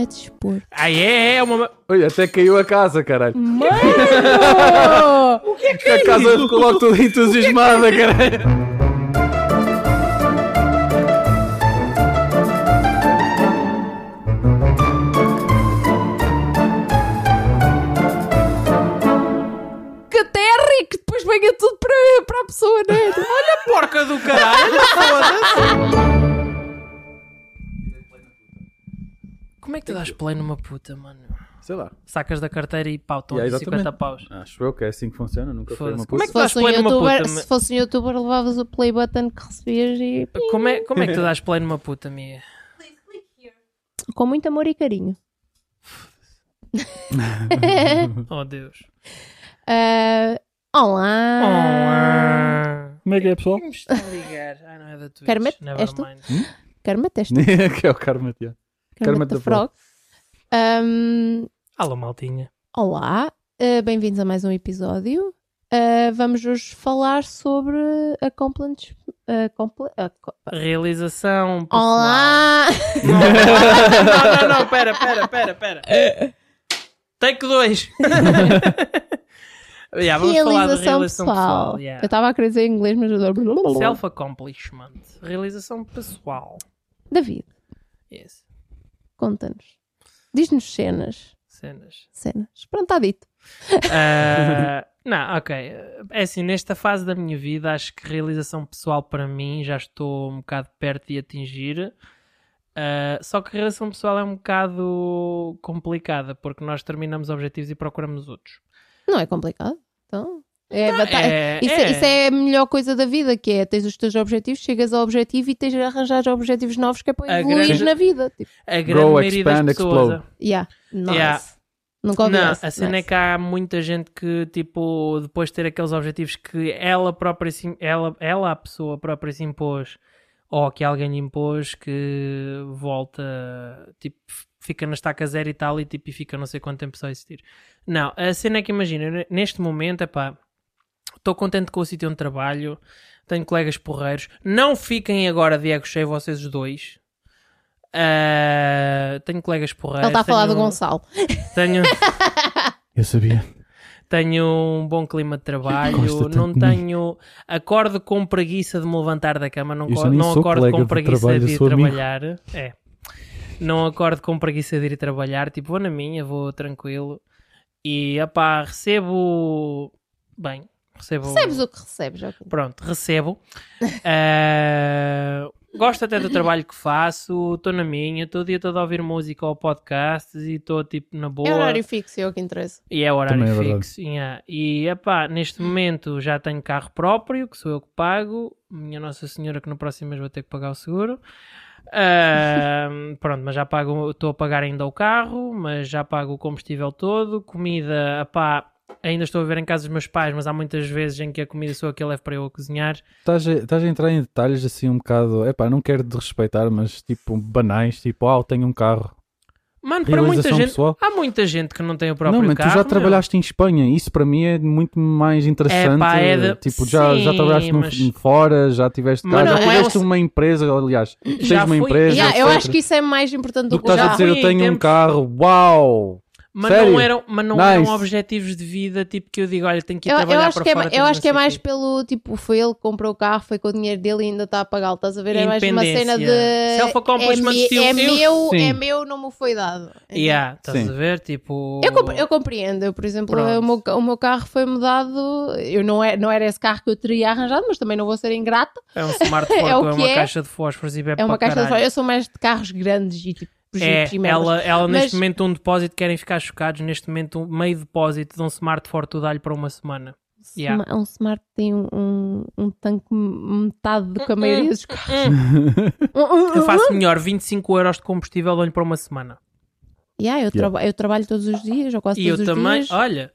é Aí é uma. Olha, até caiu a casa, caralho. Mano! O que é que a casa ficou logo toda é entusiasmada, caralho. que até é rico, depois venha tudo para, para a pessoa, né? Olha, Porca do caralho, foda-se. Como é que tu dás play numa puta, mano? Sei lá. Sacas da carteira e pau, estão Yeah, de exatamente. 50 paus. Acho eu que é assim que funciona, nunca foi uma Foda-se. puta. Como se é que tu dás fosse um play numa youtuber, puta? se fosse um youtuber, levavas o play button que recebias e ma- Como é, como é que tu dás play numa puta, Mia? com muito amor e carinho. Oh Deus. Ah, olá. Olá. Como é que é, pessoal? Ah. Hum? Me está a ligar. Ah, não é da Twitch. Quero met- Never és tu? mind. Karma teste. que é o Karma Tiago. Karma Karma the the Frog. Frog. Ahm, Alô, maltinha. olá, ah, bem-vindos a mais um episódio. Ah, vamos hoje falar sobre a Complant. a Compla- a co- Realização. pessoal. Olá! Não, não, não, pera, pera, pera, pera. Take 2. yeah, vamos falar realização de realização pessoal. pessoal. Eu yeah. estava a querer dizer em inglês, mas eu Self-accomplishment. Realização pessoal. David, Yes. conta-nos. Diz-nos cenas. Cenas. Cenas. Pronto, está dito. Ah, não, ok. É assim, nesta fase da minha vida, acho que realização pessoal para mim já estou um bocado perto de atingir. Ah, só que realização pessoal é um bocado complicada, porque nós terminamos objetivos e procuramos outros. Não é complicado. Então. É, bata- é, isso, é. isso é a melhor coisa da vida, que é tens os teus objetivos, chegas ao objetivo e tens de arranjar objetivos novos que é para A evoluir grande- na vida. Tipo, A grande Grow, maioria expand, das pessoas. explode. yeah, nice. Yeah. Nunca ouvi Não, essa, a cena é nice. que há muita gente que, tipo, depois de ter aqueles objetivos que ela própria, se- ela, ela a pessoa própria se impôs, ou que alguém lhe impôs, que volta, tipo, f- fica na estaca zero e tal, e tipo, e fica não sei quanto tempo só a existir. Não, a cena é que imagina, ne- neste momento, é pá, estou contente com o sítio onde trabalho, tenho colegas porreiros, não fiquem agora, Diego Cheio, vocês os dois. Ah, tenho colegas porreiros. Ele está a falar do tenho- Gonçalo. Tenho... Eu sabia. Tenho um bom clima de trabalho, Gosta não tanto de mim. tenho. Acordo com preguiça de me levantar da cama, não, Eu já co- nem não sou acordo colega com de preguiça trabalho, de ir sou amigo. trabalhar. É. Não acordo com preguiça de ir trabalhar, tipo, vou na minha, vou tranquilo. E, opá, recebo. Bem, recebo. Recebes o que recebes, Joaquim. Pronto, recebo. Ah, gosto até do trabalho que faço, estou na minha, estou o dia todo a ouvir música ou podcasts e estou, tipo, na boa. É horário fixo, é o que interessa. E é o horário Também é verdade. fixo. yeah. E epá, neste momento já tenho carro próprio, que sou eu que pago. Minha Nossa Senhora, que no próximo mês vou ter que pagar o seguro. Ahm, pronto, mas já pago, estou a pagar ainda o carro, mas já pago o combustível todo. Comida, epá, ainda estou a viver em casa dos meus pais, mas há muitas vezes em que a comida sou eu que levo para eu a cozinhar. Estás a, estás a entrar em detalhes assim um bocado, epá, não quero desrespeitar, mas tipo banais, tipo, ah, eu tenho um carro. Mano, para muita Realização gente, pessoal. há muita gente que não tem o próprio não, mas carro. tu já meu. trabalhaste em Espanha, isso para mim é muito mais interessante. Epá, é de- Tipo, já, já Sim, trabalhaste num- mas- fora, já tiveste Mas carro, já não é tiveste um- uma empresa, aliás, tens Já uma fui- empresa. Yeah, eu etc. acho que isso é mais importante do do que que estás já. a dizer, eu fui tenho em um tempos- carro, uau! Mas Sério? não eram, mas não eram Nice. objetivos de vida, tipo que eu digo, olha, tenho que ir Eu, eu trabalhar acho para que é, fora. ma- tenho eu acho que é não sei o mais quê. pelo tipo, foi ele que comprou o carro, foi com o dinheiro dele e ainda está a pagá-lo. Estás a ver? É mais uma Independência. cena de. Self-accomplishment é, mi- estilo- é eu- meu, Sim. é meu, não me foi dado. Yeah, estás Sim. a ver? Tipo. Eu, compre- eu compreendo, eu, por exemplo, Pronto. o meu, ca- o meu carro foi mudado. Eu não, é, não era esse carro que eu teria arranjado, mas também não vou ser ingrata. É um smartphone, É é, o que uma é. caixa de fósforos e bebe É uma para caixa de fora. caralho. Eu sou mais de carros grandes e tipo jipes e É, merdas. ela, ela Mas- neste momento um depósito, querem ficar chocados, neste momento um meio depósito de um smartphone tu dá-lhe para uma semana. Yeah. Sma- Um smart tem um, um, um tanque metade do que a Hum, maioria dos carros. Um, Eu faço melhor, 25 euros de combustível dou-lhe para uma semana. Yeah, eu, traba- eu trabalho todos os dias, ou quase E eu todos os também, dias. olha,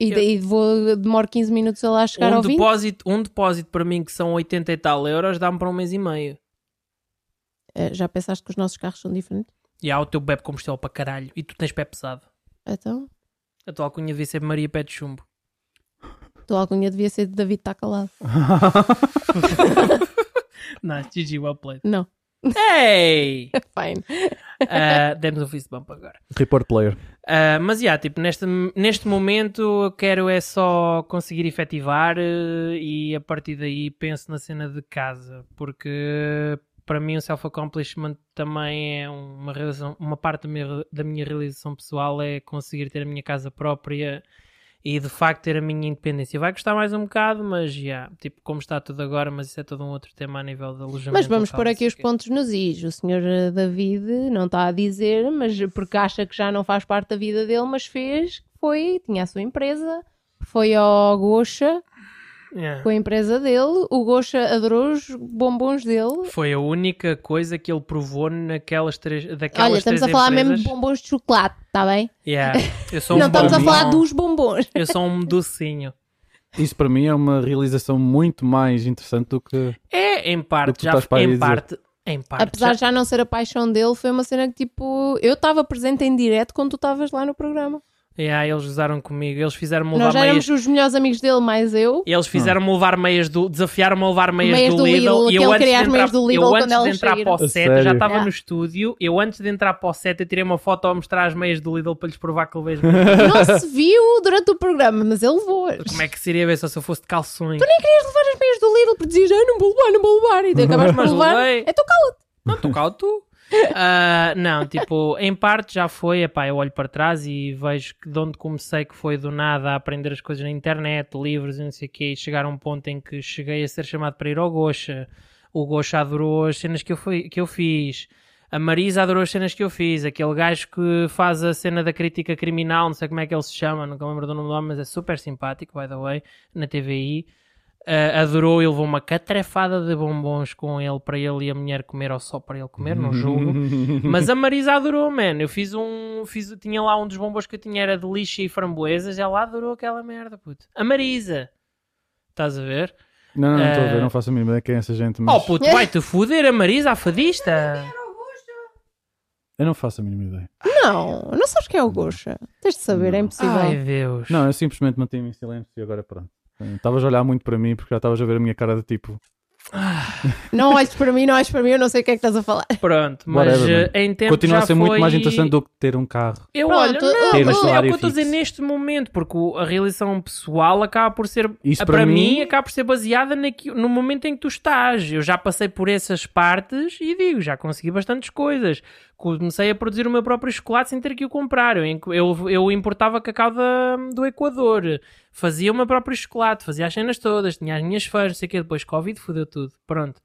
E, eu- e vou, demoro 15 minutos a lá chegar um ao 20. depósito, um depósito para mim que são 80 e tal euros dá-me para um mês e meio. Eh, Já pensaste que os nossos carros são diferentes? E há o teu bebe combustível para caralho e tu tens pé pesado. Então, A tua alcunha devia ser Maria Pé de Chumbo. a tua alcunha devia ser de David está calado. Nice, GG, well played. Não, Hey! fine. Ah, demos um fist bump agora. Report player. Ah, mas, yeah, tipo, neste, neste momento eu quero é só conseguir efetivar eh, e a partir daí penso na cena de casa, porque para mim o self-accomplishment também é uma, realização- uma parte da minha, da minha realização pessoal é conseguir ter a minha casa própria e de facto ter a minha independência. Vai custar mais um bocado, mas, yeah, tipo, como está tudo agora, mas isso é todo um outro tema a nível de alojamento. Mas vamos local, pôr não aqui sei os o quê. pontos nos is. O senhor eh, David não está a dizer, mas porque acha que já não faz parte da vida dele, mas fez, foi, tinha a sua empresa, foi ao Goxa Yeah. com a empresa dele, o Goxa adorou os bombons dele. Foi a única coisa que ele provou naquelas três, daquelas Olha, estamos três a falar mesmo empresas. de bombons de chocolate, está bem? Yeah. Eu sou não um estamos a bombom. falar dos bombons. Eu sou um docinho. Isso para mim é uma realização muito mais interessante do que. É, em que parte, tu já, estás para aí em dizer. parte, em parte. Apesar já- de já não ser a paixão dele, foi uma cena que tipo, eu estava presente em direto quando tu estavas lá no programa. Yeah, eles usaram comigo, eles fizeram-me levar Nós já éramos meias. os melhores amigos dele, mais eu. Hum. Eles fizeram-me levar meias do. Desafiaram-me a levar meias, Meias do, do Lidl. Lidl, e que eu ele antes queria de as meias entrar, do Lidl eu quando antes de elas entrar para saíram. o A set, eu já sério? estava Yeah. no estúdio. Eu antes de entrar para o set, eu tirei uma foto a mostrar as meias do Lidl para lhes provar que levei as meias. Não se viu durante o programa, mas ele levou. as. Como é que seria ver só se eu fosse de calções? nem querias levar as meias do Lidl porque dizias, ah, não vou levar, não vou levar. E tu acabaste por Mas levar. levei. Então cala Não, tu cala tu. Ah, não, tipo, em parte já foi, epá, eu olho para trás e vejo que de onde comecei que foi do nada a aprender as coisas na internet, livros e não sei o quê, e chegar a um ponto em que cheguei a ser chamado para ir ao Goxa. O Goxa adorou as cenas que eu, fui, que eu fiz. A Marisa adorou as cenas que eu fiz. Aquele gajo que faz a cena da crítica criminal, não sei como é que ele se chama, nunca me lembro do nome do homem, mas é super simpático, by the way, na TVI. Ah, adorou e levou uma catrefada de bombons com ele para ele e a mulher comer, ou só para ele comer, não julgo. Mas a Marisa adorou, man. Eu fiz um. Fiz, tinha lá um dos bombons que eu tinha, era de lixa e framboesas. Ela adorou aquela merda, puto. A Marisa. Estás a ver? Não, não, não estou a Eh, ver, não faço a mínima ideia quem é essa gente, mas. Oh, puto, vai-te foder a Marisa, a fadista. Eu não faço a mínima ideia. Não, não sabes quem é o Gosha. Tens de saber, é impossível. Ai, Deus. Não, eu simplesmente mantive-me em silêncio e agora pronto. Eh, Estavas a olhar muito para mim porque já estavas a ver a minha cara de tipo. Não olhes para mim, não olhes para mim, eu não sei o que é que estás a falar. Pronto, mas Whatever, eh, em tempo Continua já a ser foi... muito mais interessante do que ter um carro. Eu Pronto, olho, não, ter um mas é o que salário eu estou a dizer fixo. neste momento, porque o- a realização pessoal acaba por ser, Isso para, para mim, mim- acaba por ser baseada naqui- no momento em que tu estás. Eu já passei por essas partes e digo, já consegui bastantes coisas. Comecei a produzir o meu próprio chocolate sem ter que o comprar. Eu, enco- eu, eu importava cacau da, do Equador, fazia o meu próprio chocolate, fazia as cenas todas, tinha as minhas fãs, não sei o quê, depois Covid fodeu tudo, pronto.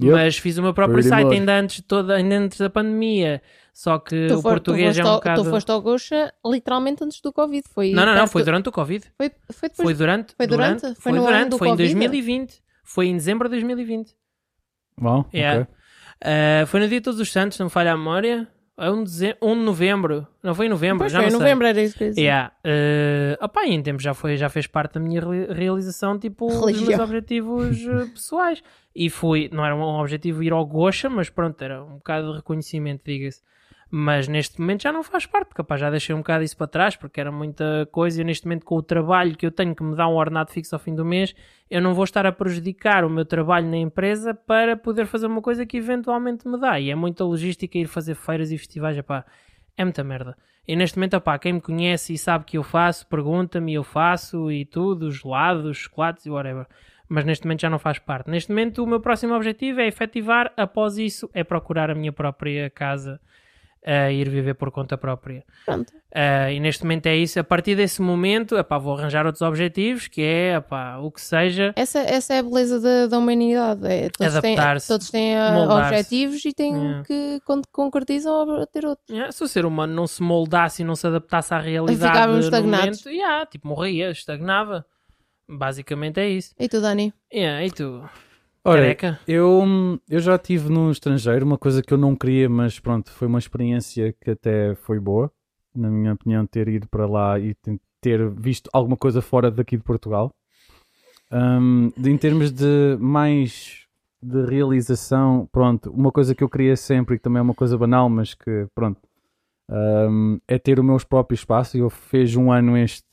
Yep. Mas fiz o meu próprio Pretty site much. ainda antes, de toda, ainda antes da pandemia. Só que Tu, o for- português tu, é foste um ao, bocado. tu foste ao Gosha literalmente antes do Covid. Foi Não, não, não, perto- foi durante o Covid. Foi, foi depois. Foi durante. foi durante? Foi Foi no ano durante, do foi em Covid? 2020. Foi em dezembro de 2020. Bom, Yeah. ok. Ah, foi no dia de todos os santos, não me falha a memória. É um, deze... um de novembro. Não foi em novembro, Pois já foi, em não sei. novembro era isso que eu ia dizer. Yeah. Ah, opá, e em tempo já, foi, já fez parte da minha reali- realização, tipo, dos meus Religião. objetivos eh, pessoais. E foi, não era um objetivo ir ao Goxa, mas pronto, era um bocado de reconhecimento, diga-se. Mas neste momento já não faz parte, capaz já deixei um bocado isso para trás, porque era muita coisa. E eu neste momento, com o trabalho que eu tenho, que me dá um ordenado fixo ao fim do mês, eu não vou estar a prejudicar o meu trabalho na empresa para poder fazer uma coisa que eventualmente me dá. E é muita logística ir fazer feiras e festivais, epá, é muita merda. E neste momento, opá, quem me conhece e sabe que eu faço, pergunta-me, eu faço e tudo, os lados, os chocolates e whatever. Mas neste momento já não faz parte. Neste momento, o meu próximo objetivo é efetivar, após isso, é procurar a minha própria casa, a ir viver por conta própria. Pronto. Ah, e neste momento é isso. A partir desse momento, epá, vou arranjar outros objetivos, que é epá, o que seja. Essa, essa é a beleza da, da humanidade. É, todos, têm, Adaptar-se, todos têm ah, moldar-se. objetivos e têm Yeah. que, quando concretizam, a ter outro. Yeah, Eh, se o ser humano não se moldasse e não se adaptasse à realidade, Ficávamos no estagnados. momento, yeah, tipo, morria, estagnava. Basicamente é isso. E tu, Dani? Yeah, e tu? Ora, Careca? eu, eu já tive no estrangeiro uma coisa que eu não queria, mas pronto, foi uma experiência que até foi boa, na minha opinião, ter ido para lá e ten- ter visto alguma coisa fora daqui de Portugal. Ahm, de- em termos de mais de realização, pronto, uma coisa que eu queria sempre e que também é uma coisa banal, mas que pronto, ahm, é ter o meu próprio espaço. Eu fiz um ano este,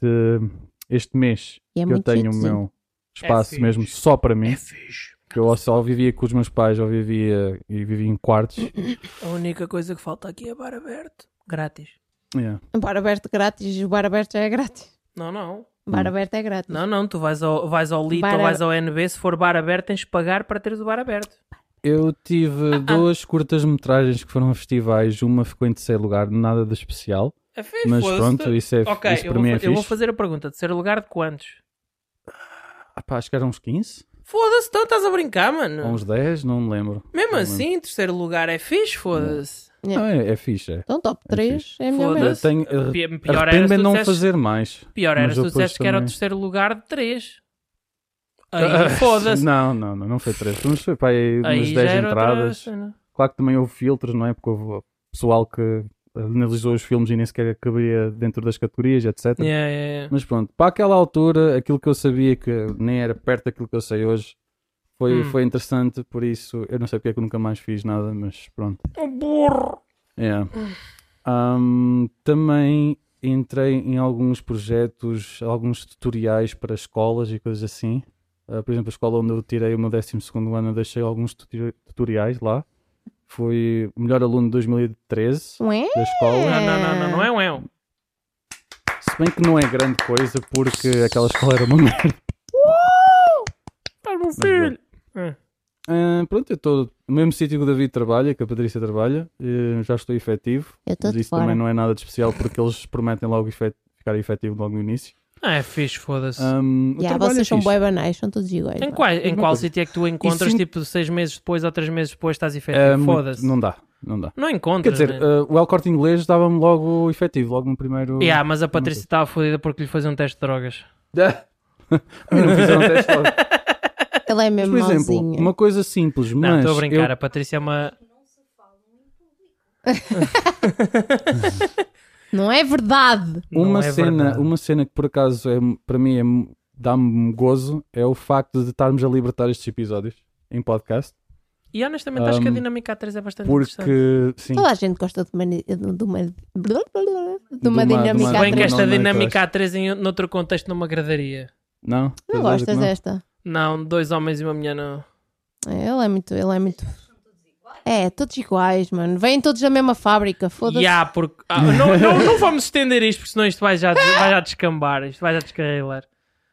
este mês E é que eu muito tenho o chiquezinho. meu espaço É fixe. É mesmo só para mim. fixe. que eu só vivia com os meus pais, ou vivia e vivia em quartos. A única coisa que falta aqui é bar aberto. Grátis. Yeah. Bar aberto grátis, o bar aberto já é grátis. Não, não. Bar Hum. aberto é grátis. Não, não. Tu vais ao, vais ao Lito Bar ou vais ao NB. Se for bar aberto, tens de pagar para teres o bar aberto. Eu Ah, tive duas curtas-metragens que foram a festivais, uma ficou em terceiro lugar, nada de especial, É fixe, mas foda-se. pronto, isso, é, Ok, isso eu, para vou, mim é fa- eu vou fixe. fazer a pergunta. Terceiro lugar de quantos? Ah, pá, acho que eram uns 15 Foda-se, então estás a brincar, ou mano. uns 10, não me lembro. Mesmo Não assim, terceiro lugar é fixe, foda-se. Yeah. Ah, é, é fixe. é. Então top 3 é, a melhor Foda-se. mesmo. Eu tenho, Pi- pior era se arrependo-me tu de não dissesses- fazer mais. Pior era Mas se tu depois disseste que era o também- terceiro lugar de três. Ah, Aí, foda-se. Não, não, não, não foi três. Mas foi para aí umas Aí já 10 era outra entradas. cena. Claro que também houve filtros, não é? Porque houve pessoal que analisou os filmes e nem sequer cabia dentro das categorias, etc. Yeah, yeah, yeah. Mas pronto, para aquela altura, aquilo que eu sabia que nem era perto daquilo que eu sei hoje foi, Hum. foi interessante. Por isso, eu não sei porque é que eu nunca mais fiz nada, mas pronto. Um burro. Ah. É. Ahm, também entrei em alguns projetos, alguns tutoriais para escolas e coisas assim. Ah, por exemplo, a escola onde eu tirei o meu 12 ano, eu deixei alguns tutori- tutoriais lá. Fui o melhor aluno de 2013 Ué? da escola. Não, não, não, não, não é um é um. Se bem que não é grande coisa, porque aquela escola era uma merda. Estás meu filho. Ah, pronto, eu estou no mesmo sítio que o David trabalha, que a Patrícia trabalha. eh, já estou efetivo. Eu estou Mas de isso fora. também não é nada de especial, porque eles prometem logo efet- ficar efetivo logo no início. Ah, é fixe, foda-se. Um, o Yeah, trabalho vocês é são fixe. bué banais, são todos iguais. Em vá. qual, em Uma qual coisa. sítio é que tu encontras, sim- tipo, seis meses depois ou três meses depois estás É efetivo? muito- Foda-se. Não, Não dá, não dá. Quer encontras. dizer, né? uh, o El Corte Inglês dava-me logo o efetivo, logo no primeiro. Yeah, mas a Patrícia sei. estava fodida porque lhe faziam um teste de drogas. A mim não fizeram teste logo. Ele é Mas, mesmo por exemplo, mauzinho. uma coisa simples, Não, mas. estou a brincar. eu- A Patrícia é uma. Não é verdade. uma, Não é cena, verdade. uma cena que por acaso é, para mim é, dá-me gozo é o facto de estarmos a libertar estes episódios em podcast. E honestamente acho que a Um, dinâmica A3 é bastante interessante. Porque, sim, Toda a gente gosta de uma, ni- de uma, de uma, De uma- dinâmica. de Se uma- bem que atrás. esta Não, não, dinâmica A3 em noutro contexto não me agradaria. não? Não Queres dizer que gostas não? desta? Não, dois homens e uma mulher não. É, Ele é muito, ele é muito. É, todos iguais, mano. Vêm todos da mesma fábrica, foda-se. Ya, porque... ah, não, não, não vamos estender isto, porque senão isto vai já, vai já descambar, isto vai já descarrilar.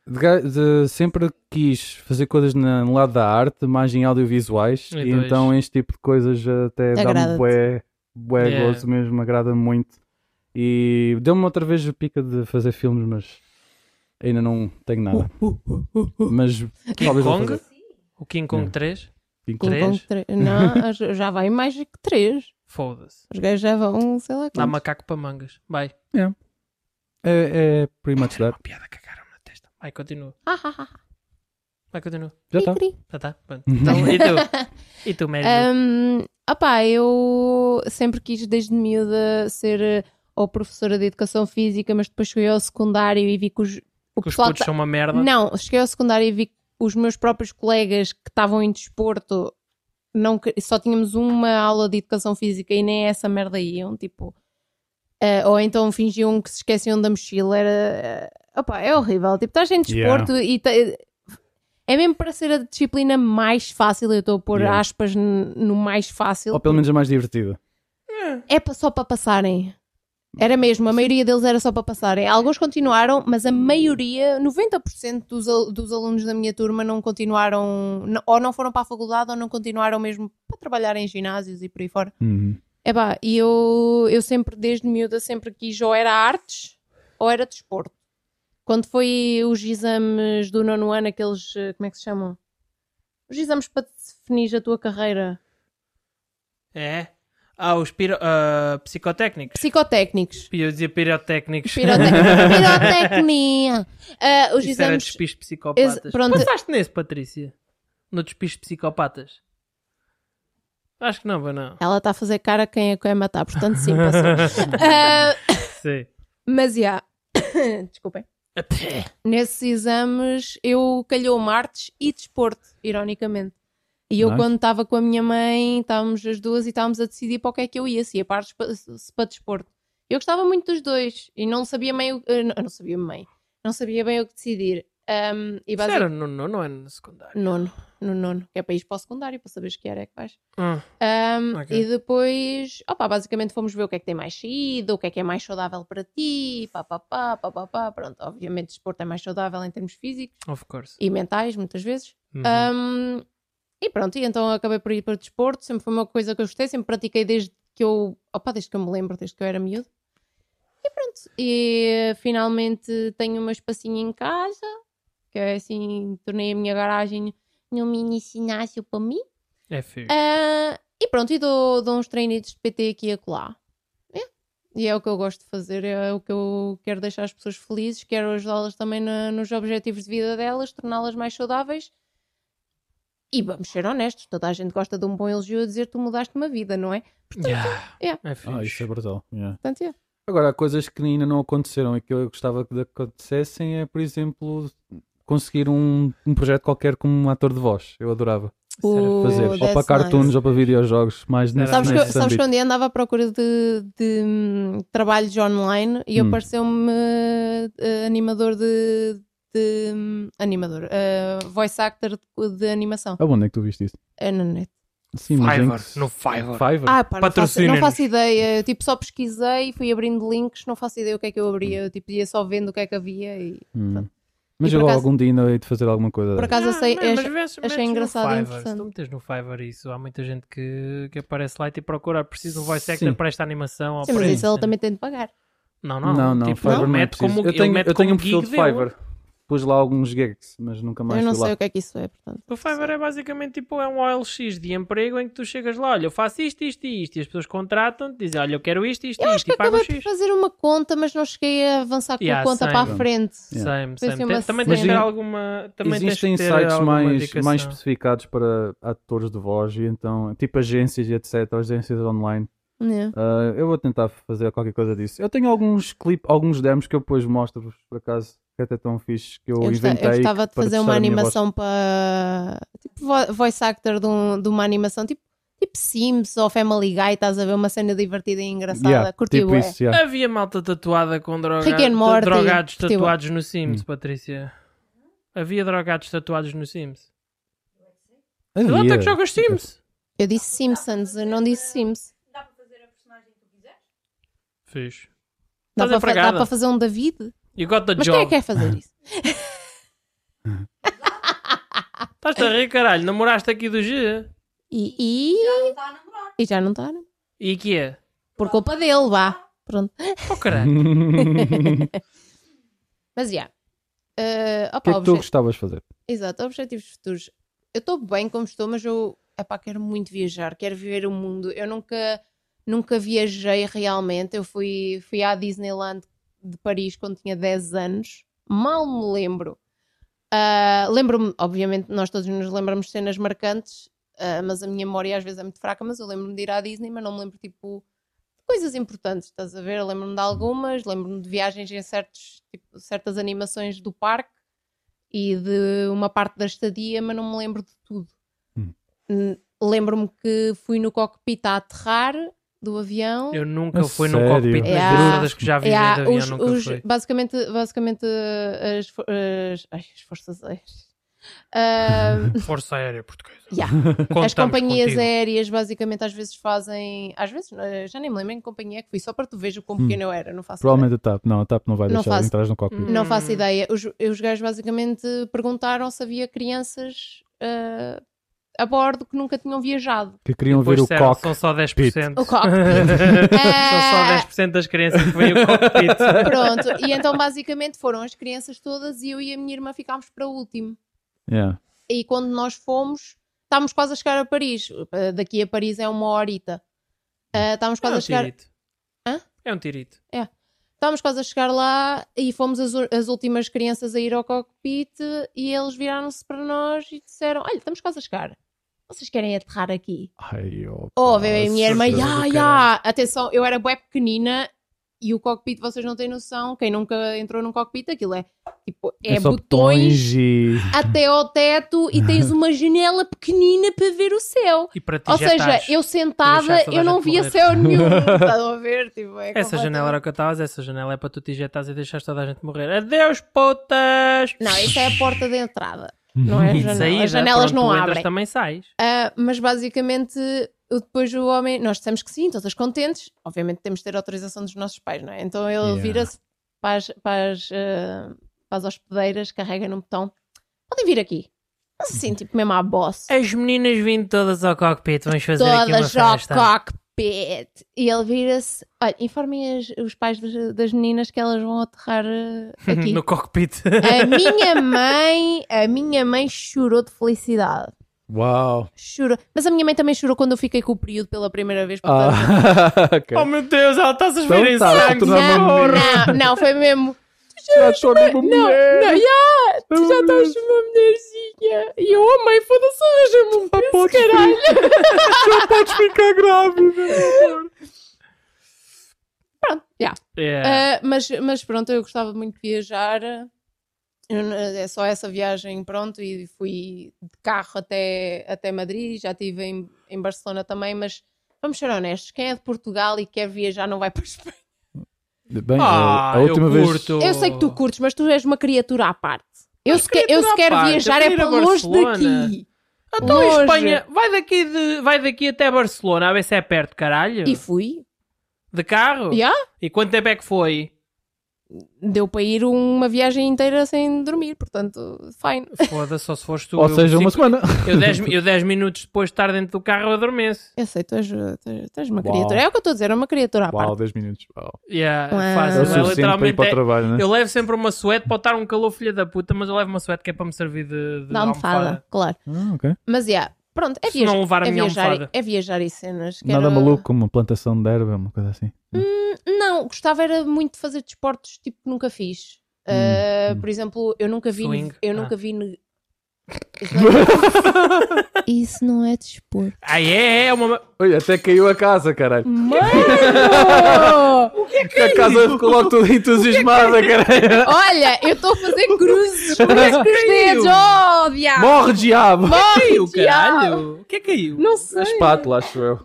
De ga- de- sempre quis fazer coisas na- no lado da arte, mais em audiovisuais, E e dois. então este tipo de coisas até dá-me Agrada-te. bué, bué Yeah. gozo mesmo, agrada-me muito. E deu-me outra vez a pica de fazer filmes, mas ainda não tenho nada. Uh, Mas King talvez vou Kong? fazer. O King Kong 3? King Kong. King Kong tre- Não, as- já vai mais que três. Foda-se. Os gajos já vão, sei lá Dá quantos. macaco para mangas. Vai. É, é pretty much that. Uma piada cagaram na testa. Vai, continua. Ah, ah, ah, Vai, continua. Já tá. está. cri-cri. Já tá. está? Pronto. Então, e tu? E tu, Mary? Jo? Um, opá, eu sempre quis desde miúda ser eh, ou professora de educação física, mas depois cheguei ao secundário e vi que os, o Que os pessoal tá- putos são uma merda. Não, cheguei ao secundário e vi que os meus próprios colegas que estavam em desporto não, que- só tínhamos uma aula de educação física e nem essa merda iam, tipo. eh, ou então fingiam que se esqueciam da mochila, era. eh, opá, é horrível. Tipo, estás em desporto e. te- é mesmo para ser a disciplina mais fácil, eu estou a pôr Yeah. aspas n- no mais fácil. Ou pelo menos é mais divertida. É pa- só para passarem. Era mesmo, a maioria deles era só para passarem. Alguns continuaram, mas a maioria, 90% dos, al- dos alunos da minha turma não continuaram, n- ou não foram para a faculdade, ou não continuaram mesmo para trabalhar em ginásios e por aí fora. Epá, e eu, eu sempre, desde miúda, sempre quis ou era artes ou era desporto. Quando foi os exames do nono ano, aqueles, eh, como é que se chamam? Os exames para definir a tua carreira. É? Ah, os piro... ah, psicotécnicos. Psicotécnicos. Eu dizia pirotécnicos. Pirotec- Pirotecnia. Ah, os Isso era exames. despiste psicopatas. Ex- pronto. Pensaste nesse, Patrícia? No despiste psicopatas? Acho que não, mas não. Ela está a fazer cara a quem a quer matar, portanto, sim, passou. Ah, Sim. mas já. Desculpem. Nesses exames, eu calhou Martes e Desporto, ironicamente. E eu, Nice. quando estava com a minha mãe, estávamos as duas e estávamos a decidir para o que é que eu ia, se ia para, artes pa- se para Desporto. Eu gostava muito dos dois e não sabia bem o, eh, não, não sabia bem, não sabia bem o que decidir. Ahm, e Isso basicamente. era no, no, não é no secundário. Nono. no nono, que é para ir para o secundário, para saberes que era é que vais. Ah, Um, Ok. E depois, opa, basicamente fomos ver o que é que tem mais saída, o que é que é mais saudável para ti, pá, pá, pá, pá, pá, pá. Pronto, obviamente, desporto é mais saudável em termos físicos of course. e mentais, muitas vezes. Uhum. Um, e pronto, e então acabei por ir para o desporto, sempre foi uma coisa que eu gostei, sempre pratiquei desde que eu, opa, desde que eu me lembro, desde que eu era miúdo. E pronto, e finalmente tenho uma espacinho em casa, que é assim, tornei a minha garagem num mini ginásio para mim. É fixe. Ah, e pronto, e dou, dou uns treinitos de PT aqui e acolá. É. E é o que eu gosto de fazer, é o que eu quero deixar as pessoas felizes, quero ajudá-las também na- nos objetivos de vida delas, torná-las mais saudáveis. E vamos ser honestos, toda a gente gosta de um bom elogio a dizer tu mudaste uma vida, não é? Yeah. yeah. É fixe. Ah, isso é brutal. yeah. Portanto, é. Agora, há coisas que ainda não aconteceram e que eu gostava que acontecessem é, por exemplo, conseguir um, um projeto qualquer como um ator de voz. Eu adorava Oh, fazer. ou para that's cartoons nice. ou para videojogos. Mais nesse, Sabes, que, eu- nesse sabes que âmbito. um dia andava à procura de, de, hum, trabalhos online e Hum. apareceu-me eh, animador de. de, hum, animador. eh, voice actor de, de animação. Ah, onde é que tu viste isso? É na net. Sim, mas em que- Fiverr, no Fiverr. Fiverr? Ah, pá, não faço, não Patrocina-nos. faço ideia. Eu, tipo, só pesquisei, fui abrindo links, não faço ideia o que é que eu abria. Eu, tipo, ia só vendo o que é que havia e. Hum. Mas E eu por acaso- algum dia ainda hei de fazer alguma coisa. Por dessas. acaso eu Não, sei. Ah, não, eu mas ach- metes- achei metes no engraçado e Fiverr. Se interessante. tu metes no Fiverr isso, há muita gente que, que aparece lá e te procura, preciso de um voice actor Sim. para esta animação. ou Sim, para mas Sim. este- isso ele também tem de pagar. Não, não. Não, não, tipo, Fiverr ele não é mete preciso. como, eu ele tenho, mete eu tenho como um perfil de gig dele. Fiverr. Pus lá alguns gags, mas nunca mais eu não fui lá. sei o que é que isso é, portanto. O Fiverr é basicamente tipo é um OLX de emprego em que tu chegas lá, olha, eu faço isto, isto e isto, e as pessoas contratam-te, dizem, olha, eu quero isto, isto Eu e acho isto, que e pagam acabei X. por fazer uma conta, mas não cheguei a avançar com Yeah, a conta same. para a frente. Same, Foi same. assim uma Tem- Também cena. tens de ter Mas alguma. Também tens Existem de ter sites alguma mais, dedicação. mais especificados para atores de voz e então, tipo agências e etc, agências online. Yeah. Ah, eu vou tentar fazer qualquer coisa disso. Eu tenho alguns clipes, alguns demos que eu depois mostro-vos, por acaso, que até tão fixe, que eu, Eu, gosta- eu inventei. gostava de para fazer testar uma a minha voz. animação para. Tipo, vo- voice actor de, um- de uma animação tipo, tipo Sims ou Family Guy, estás a ver uma cena divertida e engraçada. é. Yeah, Curti tipo bué. isso, yeah. Havia malta tatuada com droga... Rick and Morty, tipo- drogados curti bué. tatuados no Hum. Sims, Patrícia. Havia drogados tatuados no Sims. Havia. Lá até que jogas Sims. Eu disse Simpsons, eu não disse Sims. Fiz. Dá para, fa- Estás dá empregada. para fazer um David? You got the Mas quem é job. que quer fazer isso? Estás-te a rir, caralho. Namoraste aqui do G. E, e... E já não está, E que é? Por culpa dele, vá. Pronto. Oh, caralho. Mas já. Yeah. Uh, O opa, que é que tu obje- gostavas de fazer? Exato, objetivos futuros. Eu estou bem como estou, mas eu epá, quero muito viajar, quero viver o mundo. Eu nunca, nunca viajei realmente. Eu fui, fui à Disneyland de Paris quando tinha 10 anos. Mal me lembro. Ah, lembro-me, obviamente, nós todos nos lembramos de cenas marcantes, ah, mas a minha memória às vezes é muito fraca. Mas eu lembro-me de ir à Disney, mas não me lembro tipo de coisas importantes, estás a ver? Eu Lembro-me de algumas, lembro-me de viagens em certos, tipo, certas animações do parque e de uma parte da estadia, mas não me lembro de tudo. Hum. Hum, Lembro-me que fui no cockpit a aterrar do avião. Eu nunca A fui sério? num cockpit das Yeah. gordas que já vi E há yeah. de avião. É. os- nunca os- fui. basicamente, basicamente as, fo- as, ai, as forças aéreas. Ah, Força Aérea Portuguesa. yeah. Contamos As companhias é- contigo. aéreas basicamente às vezes fazem. Às vezes, eh, já nem me lembro em que companhia é que fui, só para tu veres o quão pequeno eu era, não faço Provavelmente a TAP. Não, a TAP não vai Não deixar faço. entrar no cockpit. Não Hum. faço ideia. Os, os gajos basicamente perguntaram se havia crianças ah, a bordo que nunca tinham viajado. Que queriam Pois ver o disseram, cock. São só 10%. O cockpit. Ah. São só 10% das crianças que veem o cockpit. Pronto. E então basicamente foram as crianças todas e eu e a minha irmã ficámos para o último. Yeah. E quando nós fomos, estávamos quase a chegar a Paris. Ah, Daqui a Paris é uma horita. Ah, estávamos É quase um a chegar. tirito. Hã? É um tirito. Estávamos quase a chegar lá e fomos as, u- as últimas crianças a ir ao cockpit e eles viraram-se para nós e disseram: Olha, estamos quase a chegar. Vocês querem aterrar aqui? Ai, opa, Oh, bebê, a minha irmã, surpresa ya, do ya. Atenção, eu era bué pequenina e o cockpit, vocês não têm noção. Quem nunca entrou num cockpit, aquilo é tipo, é, só botões e. até ao teto e tens uma janela pequenina para ver o céu. E para ti Ou já seja, estás. eu Tu sentada, deixaste toda a eu não gente via morrer. céu nenhum. Estão a ver? Tipo, é Essa janela completamente- era o que eu estava essa janela é para tu te injetares e deixares toda a gente morrer. Adeus, putas! Não, isso é a porta de entrada. não é? E A de janela- saída, as janelas pronto, não tu entras, abrem. também sais. Ah, mas basicamente, eu- depois o homem, nós dissemos que sim, todas contentes. Obviamente temos de ter autorização dos nossos pais, não é? Então ele Yeah. vira-se para as, para, as, ah, para as hospedeiras, carrega num botão: podem vir aqui. Assim, Uhum. tipo mesmo à boss. As meninas vindo todas ao cockpit, vamos fazer aqui uma Todas ao festa. cockpit. E ele vira-se: olha, informem as- os pais das, das meninas que elas vão aterrar ah, aqui. no cockpit. A minha mãe, a minha mãe chorou de felicidade. Uau! Chorou. Mas a minha mãe também chorou quando eu fiquei com o período pela primeira vez. portanto- Ah, ok. Oh meu Deus, ela está a Então subir em tá, sangue. tu dá uma não, mulher. não, não, foi mesmo. Já estou uma Não, mulher. não, já, tu já tá Mulher. estás uma mulherzinha. E eu, oh mãe, foda-se, arranja-me um podes preço, caralho. Podes ficar grávida. Já. É. Yeah. Ah, mas, mas pronto, eu gostava muito de viajar. Eu n- É só essa viagem, pronto, e fui de carro até, até Madrid, já estive em, em Barcelona também, mas vamos ser honestos, quem é de Portugal e quer viajar não vai para Espanha. Bem, é Ah, a última eu vez. curto. Eu sei que tu curtes, mas tu és uma criatura à parte. Eu se, que- eu criatura se à quero parte, viajar eu é quero ir para a longe Barcelona. daqui. Então em Longe. Espanha, vai daqui, de, vai daqui até Barcelona, a ver se é perto, caralho. E fui. De carro? Já? E quanto tempo é que foi? Deu para ir uma viagem inteira sem dormir, portanto, fine. Foda-se, só se foste tu. Ou eu seja, uma cinco- semana. Eu 10 eu dez minutos depois de estar dentro do carro eu adormeço. Eu sei, tu és, tu és- tu és uma Uau. criatura. É o que eu estou a dizer, é uma criatura à parte. Uau, 10 minutos. Uau. Yeah, Uau. Ah, É o fácil. Eu suficiente para ir literalmente para o é- trabalho, né? Eu levo sempre uma suéte, pode estar um calor filha da puta, mas eu levo uma suéte que é para me servir de, de Da almofada, claro. Ah, ok. Mas, yeah, pronto, é Se não viajar. levar a É minha viajar, almofada. é viajar e cenas. que Nada era- maluco, como uma plantação de erva, uma coisa assim. Não, gostava era muito de fazer desportos tipo que nunca fiz. Uh, hum. Por exemplo, eu nunca vi. Swing, Eu ah. nunca vi. ne- Isso não é- Isso não é desporto. Ah, é, é uma. Olha, até caiu a casa, caralho. Hum. Mano! A casa ficou logo toda entusiasmada, caralho. Olha, eu estou a fazer cruzes com os dedos. Oh, diabo! Morre, diabo! Caiu, diabo. caralho! O que é que caiu? Não A sei. espátula, acho eu.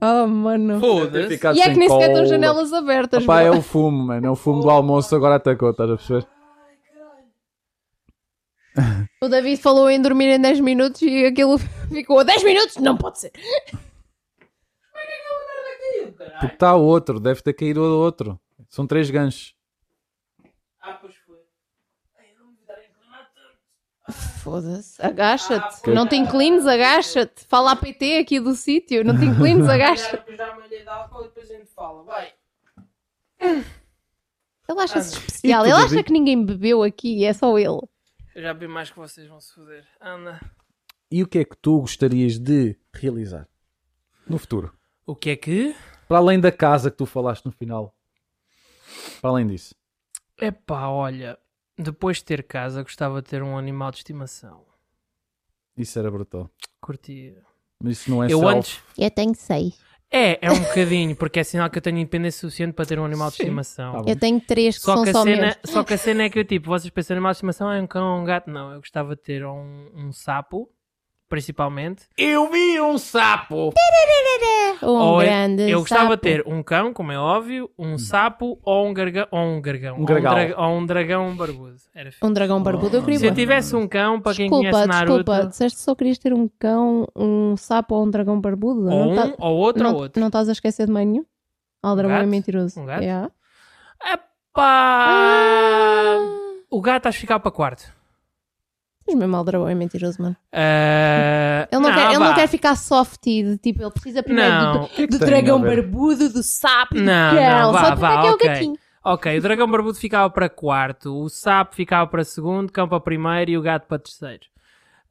Oh, mano. Ter Foda-se. ficado E é sem que nem sequer cola. estão janelas abertas. Pá, é mano. o fumo, mano. É o fumo do almoço agora atacou, estás a perceber? O David falou em dormir em 10 minutos e aquilo ficou a 10 minutos? Não pode ser. Porque está outro, deve ter caído o outro. São três ganchos. Ah, pois foi. Foda-se, agacha-te. Ah, não te inclines, agacha-te. Fala a PT aqui do sítio. Não te inclines, agacha-te. Já malhei de álcool e depois a gente fala. Vai. Ele acha-se Ah, E tu, especial. Ele acha David? que ninguém bebeu aqui, é só ele. Eu já vi mais que vocês vão se foder. Anda. E o que é que tu gostarias de realizar no futuro? O que é que? Para além da casa que tu falaste no final. Para além disso. Epá, olha. Depois de ter casa, gostava de ter um animal de estimação. Isso era brutal. Curtia. Mas isso não é eu self. antes. Eu tenho 6. É, é um bocadinho, porque é sinal que eu tenho independência suficiente para ter um animal de estimação. Tá bom. Eu tenho 3 que Só são que, a só cena, meus. só que a cena é que eu, tipo, vocês pensam em animal de estimação é um cão ou um gato? Não, eu gostava de ter um, um sapo, principalmente. Eu vi um sapo! Um Ou eu- grande. eu gostava sapo. de ter um cão, como é óbvio, um sapo ou um, garga, ou um gargão. Hum. Um ou gargal. dra- Ou um dragão barbudo. Era fixe. Um dragão barbudo, eu queria Se eu bué. tivesse um cão, para quem Desculpa, conhece Naruto, desculpa. Disseste que só querias ter um cão, um sapo ou um dragão barbudo? ou não um, tá- ou outro, não, ou outro. não estás a esquecer de meio nenhum? Aldrabão é gato? mentiroso. Um gato? Yeah. Pá! Ah! O gato acho que ficava para quarto. Mas mesmo Aldrabão é mentiroso, mano. Ah, Ele não, quer, ele vá. não quer ficar softy, de tipo, ele precisa primeiro Não. do- O que é que do, tem dragão a ver? barbudo, do sapo, e do Não, cão. não, vá, Só vá, para que é o ok. gatinho. Ok, o dragão barbudo ficava para quarto, o sapo ficava para segundo, cão para primeiro e o gato para terceiro.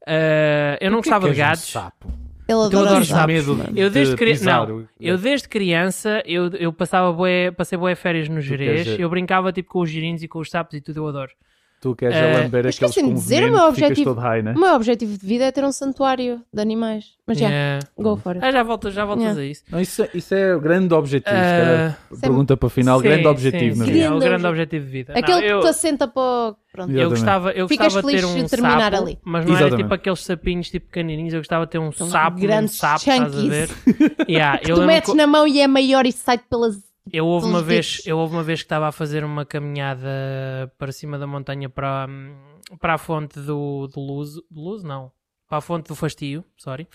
Ah, eu não Porquê gostava que de és um gatos. sapo? Ele Eu adora adoro os sapos. medo mano. Eu desde, de cri- pisar não, o- eu desde criança, eu, eu passava bué, passei boé férias no queres Jerez, dizer- eu brincava tipo com os girinos e com os sapos e tudo, eu adoro. Tu queres Eh, é, lamber mas aqueles esqueci-me com de dizer, veneno o meu que ficas objetivo- todo high, né? O meu objetivo de vida é ter um santuário de animais. Mas já, Yeah. go for it. Ah, já voltas, já voltas a isso. Não, isso, isso é o grande objetivo. se calhar. Ah, Isso é- Pergunta para o final. grande sim, objetivo sim, na sim, vida. É o Grande grande objetivo. objetivo de vida. Aquele Não, eu- que tu assenta para... o- Pronto. Exatamente. Eu gostava, eu Ficas gostava de ter feliz um de terminar sapo, ali. mas não era Exatamente. tipo aqueles sapinhos tipo pequenininhos, eu gostava de ter um Aqueles sapo, um grandes sapo, estás a ver? chunkies. Yeah, eu Tu lembro metes que- na mão e é maior e sai pelas Eu houve uma Pelos vez, ditos. eu houve uma vez que estava a fazer uma caminhada para cima da montanha para para a fonte do do Luzo, do Luzo não, para a fonte do Fastio, sorry.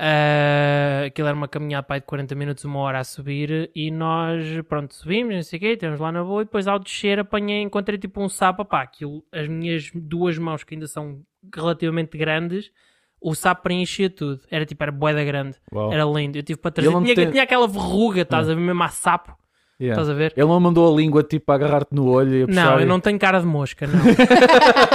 Ah, aquilo era uma caminhada pai, de 40 minutos, uma hora a subir e nós, pronto, subimos, não sei o quê, temos lá na boa e depois ao descer apanhei, encontrei tipo um sapo, pá, aquilo, as minhas duas mãos que ainda são relativamente grandes, o sapo preenchia tudo, era tipo, era boeda grande, Uau. era lindo, eu tive para trazer, Oh. ele não tinha, tem- Hum. tinha aquela verruga, estás a ver, mesmo a sapo, Yeah. Estás a ver? Ele não mandou a língua tipo a agarrar-te no olho e a puxar. Não, eu e- não tenho cara de mosca, não.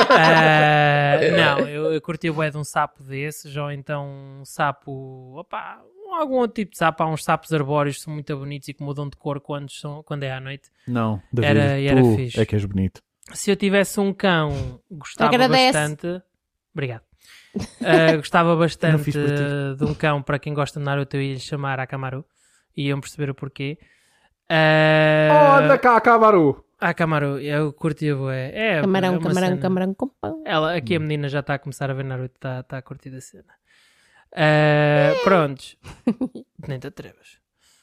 Ah, não, eu, eu curti o bué de um sapo desses, ou então um sapo, opá, algum outro tipo de sapo. Há uns sapos arbóreos que são muito bonitos e que mudam de cor quando, são, quando é à noite. Não, David, Era- era tu fixe. é que és bonito. Se eu tivesse um cão, gostava Agradece. bastante. Obrigado. Ah, gostava bastante fiz por ti. de um cão para quem gosta de Naruto e lhe chamar Akamaru. E iam perceber o porquê. Ah, Olha cá, Cabaru! Akamaru, eu curti o é, é é Camarão, uma camarão, cena. camarão com pão. Ela, aqui a Hum. menina já está a começar a ver Naruto, está está a curtir da cena. É. Ah, Prontos. Nem te atrevas.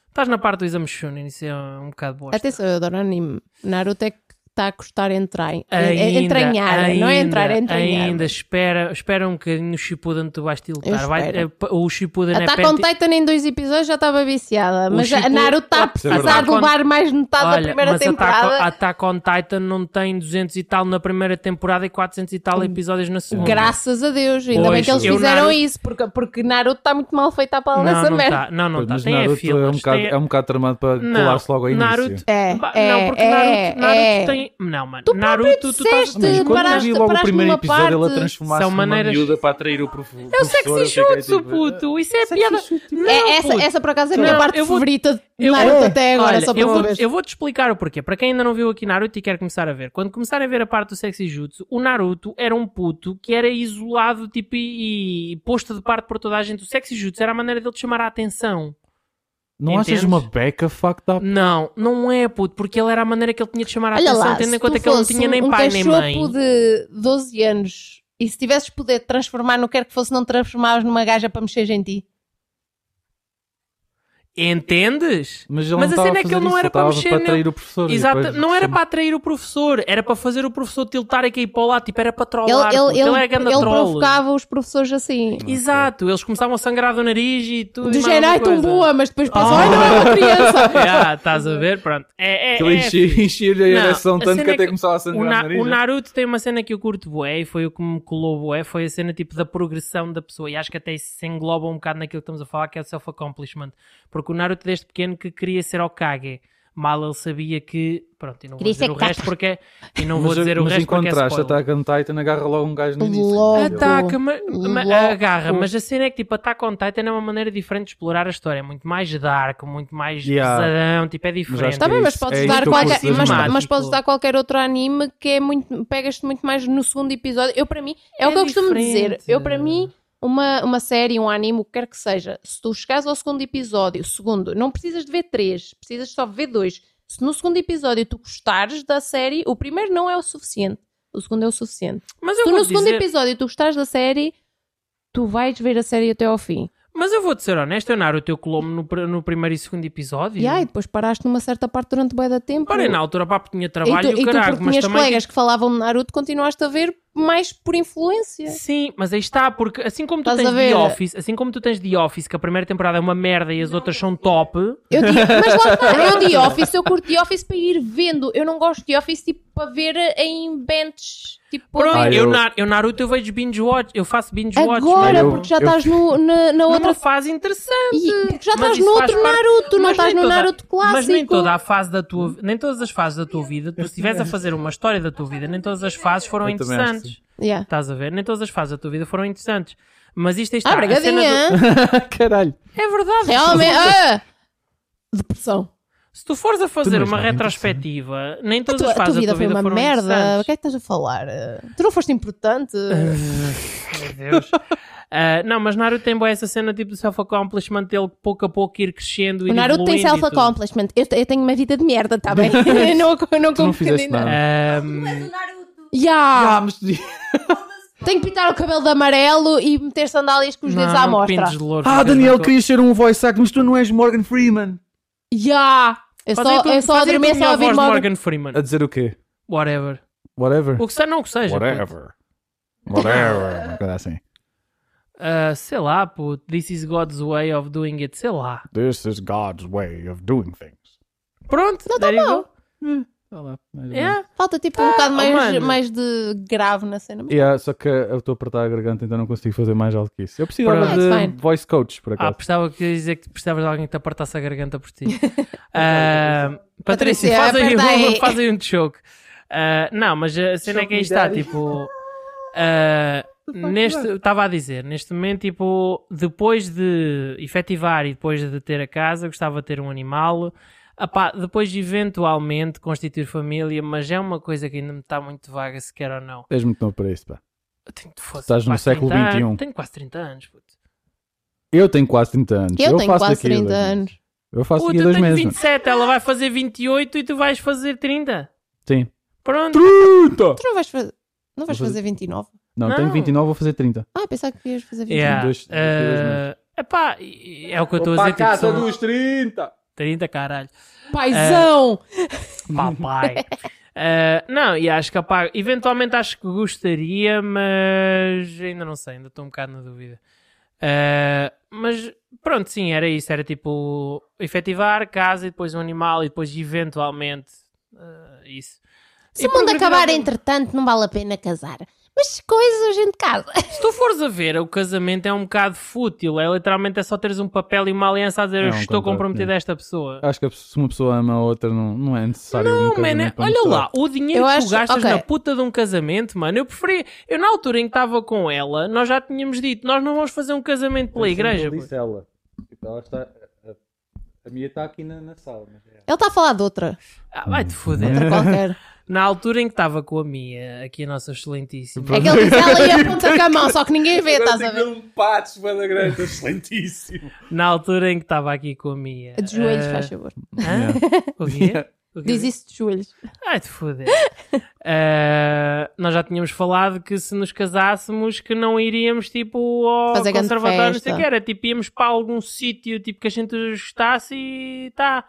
Estás na parte do exame Shunin, isso é um bocado bosta. Atenção, eu adoro anime. Naruto é que está a custar entrar. en- Ainda, é, entranhar, não é entrar, é ainda, entranhar. Ainda, espera, espera um bocadinho o Shippuden, tu vais tiltar. Eu Vai, espero. é, p- o Shippuden é Attack on penti- Titan em dois episódios já estava viciada, O mas a Shippuden- Naruto está a Isso é precisar verdade. de levar mais metade Olha, da primeira mas temporada. Attack, on, Attack on Titan não tem 200 e tal na primeira temporada e 400 e Hum. tal episódios na segunda. Graças a Deus, ainda Pois, bem que eles eu fizeram Naruto- isso, porque, porque Naruto está muito mal feito à não, palavra não tá. dessa merda. está. Não, não Pois, está. mas Tem é Naruto é, um fillers, bocado, tem é um bocado tramado para Não, colar-se logo ao início. Naruto- É, Ba- é, não, porque é, Naruto, Naruto é. tem. Não, mano. Naruto, tu estás. Ah, Mas Te quando paraste- eu vi logo o paraste primeiro numa episódio, ela parte- transformasse São numa maneiras- miúda para atrair o profe- professor. É o sexy jutsu, puto. Isso é piada. Não, É, essa, puto. essa por acaso é a Não, minha parte eu vou- favorita de eu- Naruto É. até agora, Olha, só para eu, uma vou, vez. eu vou te explicar o porquê. Para quem ainda não viu aqui Naruto e quer começar a ver, quando começar a ver a parte do sexy jutsu, o Naruto era um puto que era isolado tipo, e, e posto de parte por toda a gente. O sexy jutsu era a maneira dele te chamar a atenção. Não achas Entendes? uma beca fucked up? Não, não é, puto, porque ele era a maneira que ele tinha de chamar a Olha atenção, lá, tendo se em conta tu que ele não fosse tinha nem um pai nem cachopo mãe. de 12 anos e se tivesses poder te transformar no que quer que fosse, não te transformavas numa gaja para mexer em ti. Entendes? Mas, ele Mas a não cena é que ele não era para mexer, para não. atrair o professor. e Exato, depois- não era para atrair o professor, era para fazer o professor tiltar e cair para lá, tipo, era para trollar. puto, ele, era grande ele troll. provocava os professores assim. Exato, eles começavam a sangrar do nariz e tudo. Do e mais género, alguma ai, tão coisa." boa, mas depois pensou, Oh. ai, não é uma criança. Já, estás a ver? Pronto. É, é, Que ele é enchia, enchia-lhe a Não, ereção a tanto cena que é até que começava a o, sangrar Na- o nariz. né? o Naruto tem uma cena que eu curto bué e foi o que me colou bué, foi a cena tipo da progressão da pessoa e acho que até isso se engloba um bocado naquilo que estamos a falar que é o self-accomplishment, porque o Naruto desde pequeno que queria ser Okage, mal ele sabia que, pronto, e não vou Queria dizer ser o resto porque é- e não Mas- vou dizer o mas resto porque é encontraste spoiler. Attack on Titan, agarra logo um gajo no início. Logo. Ele- Ataca, mas, Logo. agarra, mas a cena é que tipo, Attack on Titan é uma maneira diferente de explorar a história, é muito mais dark, muito mais Yeah. pesadão, tipo, é diferente. que Está bem, é mas isso. podes, É isso dar que eu qualquer, curto das mas, imagens. mas podes dar qualquer outro anime que é muito. pegas-te muito mais no segundo episódio. Eu, para mim, é, o que eu costumo dizer. diferente. Eu, para mim, uma, uma série, um anime, o que quer que seja, se tu chegares ao segundo episódio, segundo, não precisas de ver três, precisas só de ver dois. Se no segundo episódio tu gostares da série, o primeiro não é o suficiente. O segundo é o suficiente. Mas Se eu tu vou no segundo dizer... episódio tu gostares da série, tu vais ver a série até ao fim. Mas eu vou-te ser honesto, eu Naruto eu colou-me no, pr- no primeiro e segundo episódio. E aí, depois paraste numa certa parte durante bem da tempo. Parei na altura, pá, porque tinha E tu, trabalho e, e o tu caralho, porque mas tinhas também... colegas que falavam de Naruto, continuaste a ver mais por influência. Sim, mas aí está, porque assim como tu Estás tens a ver? The Office, assim como tu tens The Office, que a primeira temporada é uma merda e as outras são top, Eu di- mas lá está, eu de Office, eu curto de Office para ir vendo. Eu não gosto de Office tipo para ver em benches. Tipo, pronto, Ah, eu, eu- na- eu Naruto eu vejo binge-watch, eu faço binge-watch. agora, eu- porque já Ah, eu- estás no, na, na Numa outra. fase interessante. E, porque já estás Mas isso no faz outro parte- Naruto, não Mas estás nem no toda- Naruto clássico. Mas nem toda a fase da tua nem todas as fases da tua vida, tu se estiveres a fazer uma história da tua vida, nem todas as fases foram Eu também acho que interessantes. Yeah. Estás a ver? Nem todas as fases da tua vida foram interessantes. Mas isto aí está. Ah, Tá, a cena do- brigadinha! hein? Caralho. É verdade. Realmente. ah! Depressão. Se tu fores a Tu fazer não és uma nada retrospectiva, nem A todas tua, a as fases tua vida da tua foi vida uma foram merda. O que interessantes. é que estás a falar? Tu não foste importante. Meu Deus. Ah, não, mas Naruto tem boa essa cena tipo de self-accomplishment dele pouco a pouco ir crescendo tipo, um e O Naruto tem self-accomplishment. Eu, te- eu tenho uma vida de merda, tá bem? eu não, eu não Tu não fizeste compreendi nada. nada. Ah, Yeah. Ah, mas... Tenho que pintar o cabelo de amarelo e meter sandálias com os dedos à mostra. Ah, Daniel, querias ser um voice actor, mas tu não és Morgan Freeman. Yeah. Eu Fazem É só, tudo- eu só fazem tudo adormeço melhor a ouvir voz de Morgan. Morgan Freeman. A dizer o quê? Whatever. Whatever. O que seja, não o que seja. puto. Whatever. Whatever. Uma coisa assim. Ah, sei lá, puto. This is God's way of doing it. Sei lá. This is God's way of doing things. Pronto. Não tá there you mal. go. Está lá. Yeah. Falta tipo um Ah, bocado mais, mano. mais de grave na cena. mas- Yeah, só que eu estou a apertar a garganta, então não consigo fazer mais alto que isso. Eu precisava Pronto. de It's fine. voice coach, por Ah, acaso. prestava que dizer que precisavas de alguém que te apertasse a garganta por ti. Ah, Patrícia, Patrícia, faz aí, aperta um, aí. faz aí um choke. Ah, não, mas a cena é que aí está, tipo. ah, Tá neste, estava a dizer, neste momento, tipo, depois de efetivar e depois de ter a casa, gostava de ter um animal. Ah pá, depois, eventualmente, constituir família, mas é uma coisa que ainda me está muito vaga, se quer ou não. És muito novo para isso, pá. Eu tenho, fosse, Estás no quase século um. 30 anos, XXI. Tenho quase 30 anos, puto. Eu tenho quase 30 anos. Eu, Eu, tenho faço quase daqui a dois 30 anos. Eu faço Puta, aqui eu dois tenho meses. mano. 27, ela vai fazer 28 e tu vais fazer 30. Sim. Pronto. 30! Tu não vais fazer. Não vais Vou fazer- fazer 29? Não, Não. tenho 29, vou fazer 30. Ah, pensava que ias fazer 29. Yeah. dois- uh, dois meses. epá, e- é o que eu estou a dizer. Tipo, são 30! 30, caralho. Ah, Paizão! Papai. Uh, não, e acho que epá, eventualmente acho que gostaria, mas ainda não sei, ainda estou um bocado na dúvida. Uh, mas pronto, sim, era isso. Era tipo efetivar, casa e depois um animal e depois eventualmente uh, isso. Se E o mundo acabar progressivamente- entretanto, não vale a pena casar. Mas coisas a gente casa. Se tu fores a ver, o casamento é um bocado fútil. É literalmente é só teres um papel e uma aliança a dizer É um eu estou contrato, comprometido a esta pessoa. Acho que se uma pessoa ama a outra, não, não é necessário. um Não, casamento mano, para olha mostrar. lá, o Eu dinheiro que tu acho- gastas ok. na puta de um casamento, mano, eu preferia. Eu na altura em que estava com ela, nós já tínhamos dito, nós não vamos fazer um casamento pela é igreja. pô. ela. está, a, minha está aqui na, sala. Ele está a falar de outra. Ah, vai-te foder. Hum. É. Outra qualquer. Na altura em que estava com a Mia, aqui a nossa excelentíssima. É que ele diz ela e aponta com a mão, só que ninguém vê, estás a ver? um é. Excelentíssimo. Na altura em que estava aqui com a Mia. De joelhos, ah, faz favor. É. hã? O quê? O quê? Diz isso de joelhos. Ai, te foder. Eh, nós já tínhamos falado que se nos casássemos que não iríamos tipo ao Fazer grande conservatório, não sei o festa. que era, tipo íamos para algum sítio tipo que a gente gostasse e tá.